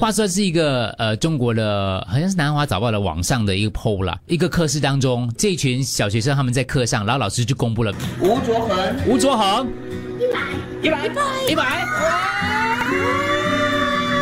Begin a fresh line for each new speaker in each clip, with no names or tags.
话说是一个呃中国的好像是南华早报的网上的一个 poll 啦，一个课室当中，这群小学生他们在课上，然后老师就公布了
吴卓恒，
吴卓恒一百一百一百，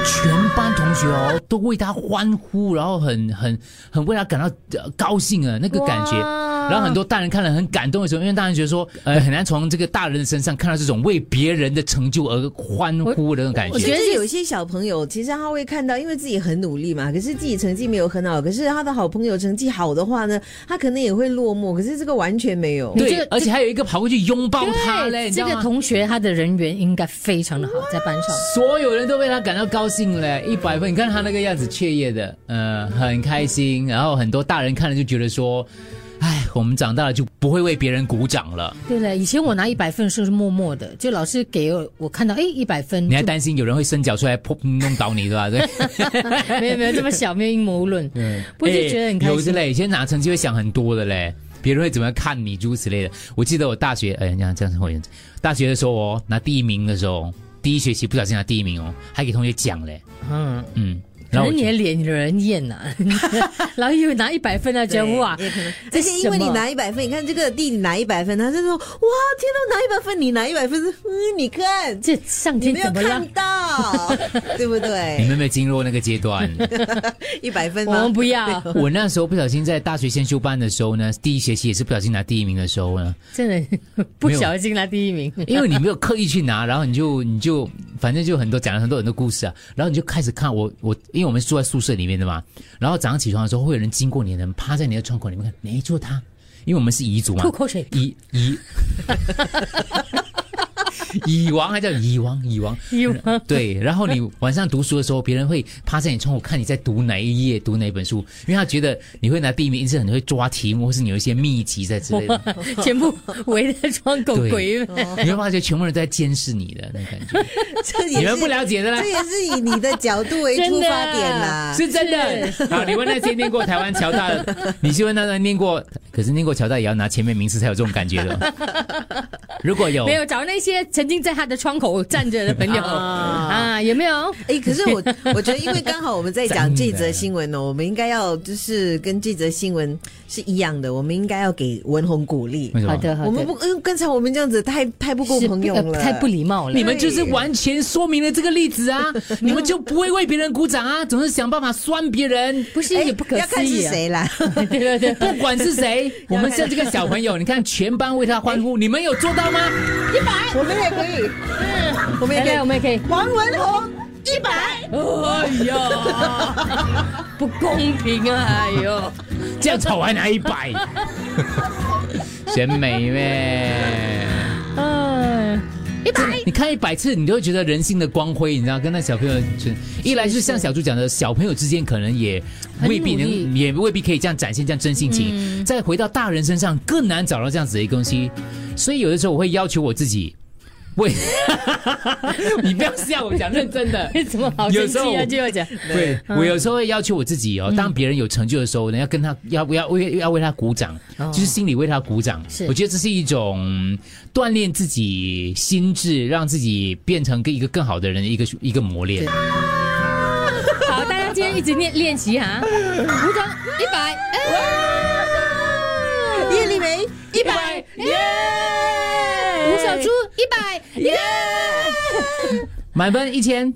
全班同学哦都为他欢呼，然后很很很为他感到呃高兴啊那个感觉。
哇
然后很多大人看了很感动的时候，因为大人觉得说，呃，很难从这个大人的身上看到这种为别人的成就而欢呼的那种感
我觉
觉。
得
甚
这
至有些小朋友，其实他会看到，因为自己很努力嘛，可是自己成绩没有很好，可是他的好朋友成绩好的话呢，他可能也会落寞。可是这个完全没有。
你这
对
个，
而且还有一个跑过去拥抱他嘞，你
对，
知
这
道
个
吗？
同学他的人缘应该非常的好，在班上。
所有人都为他感到高兴嘞，一百分！你看他那个样子，雀跃的，呃，很开心。然后很多大人看了就觉得说，哎，我们长大了就不会为别人鼓掌了。
对了，以前我拿一百分的时候是默默的，就老师给我我看到，哎，一百分，
你还担心有人会伸脚 出来扑弄倒你，对吧？对。
就 没有没有这么小，没有阴谋 论，不是觉得很
哎
开
有的
心。
嘞，以前拿成绩会想很多的嘞，别人会怎么样看你，诸如此类的。我记得我大学，哎，人家这样子会，大学的时候哦，拿第一名的时候，第一学期不小心拿第一名哦，还给同学讲嘞，
嗯，
嗯，
可
然后
能
我
你
就
的脸惹人厌呐、 然后又拿一百分啊，觉得哇
也可能，，
这
而
是
且因为
什
你
么
拿一百分，你看这个弟弟拿一百分，他就说哇，天哪，拿一百分，你拿一百分，嗯，你看
这上
你
天
没有
怎么让
看？到，对不
你
对？
们有没有经过那个阶段？
一百分
我
吗
们？不要，
我那时候不小心在大学先修班的时候呢，第一学期也是不小心拿第一名的时候呢，
真的不小心拿第一名。
因为你没有刻意去拿，然后你就你就反正就很多讲了很多很多故事啊，然后你就开始看我我，因为我们是住在宿舍里面的嘛，然后早上起床的时候会有人经过你的，人趴在你的窗口里面看，没做他，因为我们是彝族嘛
吐，口水，
彝 彝蚁王还叫蚁王蚁王，
以 为
对，然后你晚上读书的时候，别人会趴在你窗户看你在读哪一页、读哪本书，因为他觉得你会拿第一名，因此你会抓题目，或是你有一些秘籍在之类 的。
全部围在窗口
对
鬼。
你会发觉全部人都在监视你的那感 觉，
这也
你
是
们不了解的啦
这，也是以你的角 度为出发点啦。
是真的。好，你问那些念过台湾侨大的，你去问那个念过，可是念过侨大也要拿前面名次才有这种感觉的。 如果有
没有找那些曾经在他的窗口站着的朋友啊，有没有？
哎，可是 我我觉得，因为刚好我们在讲
真
这
的
则新闻哦，我们应该要就是跟这则新闻是一样的，我们应该要给文宏鼓励。
为什么？
的
我们不，因为刚才我们这样子太太不够朋友了，
太不礼貌了。
你们就是完全说明了这个例子 啊！你们就不会为别人鼓掌啊，总是想办法酸别人。
不是
哎
也不可
要
思
看是
议啊！
谁 啦。
对对 对，
不管是 谁，我们像这个小朋友，你看全班为他欢呼，你们有做到吗？
我们也可以，我们也
来
可
来，我
以。
们也可以。
王文宏一百。
哎呀，不公平啊！哎呦，
这样吵还拿一百， 选美呗。
嗯，一百
你看一百次，你都会觉得人性的光辉，你知道，跟那小朋友是，一来就是像小猪讲的，小朋友之间可能也
很
未必
努力
能，也未必可以这样展现这样真性情。再回到大人身上，更难找到这样子的一个东西。所以有的时候我会要求我自己，喂， 你不要笑，我讲认真的。
怎么好生
有时候
气啊？
我
就要讲，
对，
嗯
我有时候会要求我自己哦，当别人有成就的时候呢，要跟他要不要为要为他鼓掌，
哦
就是心里为他鼓掌。
是
我觉得这是一种锻炼自己心智，让自己变成一个更好的人的一个一个磨练。
好，大家今天一直练练习哈，鼓掌一百，哎
叶丽梅
一百，耶！吴小猪一百，耶！
满分一千。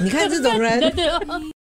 你看这种人。
对哦。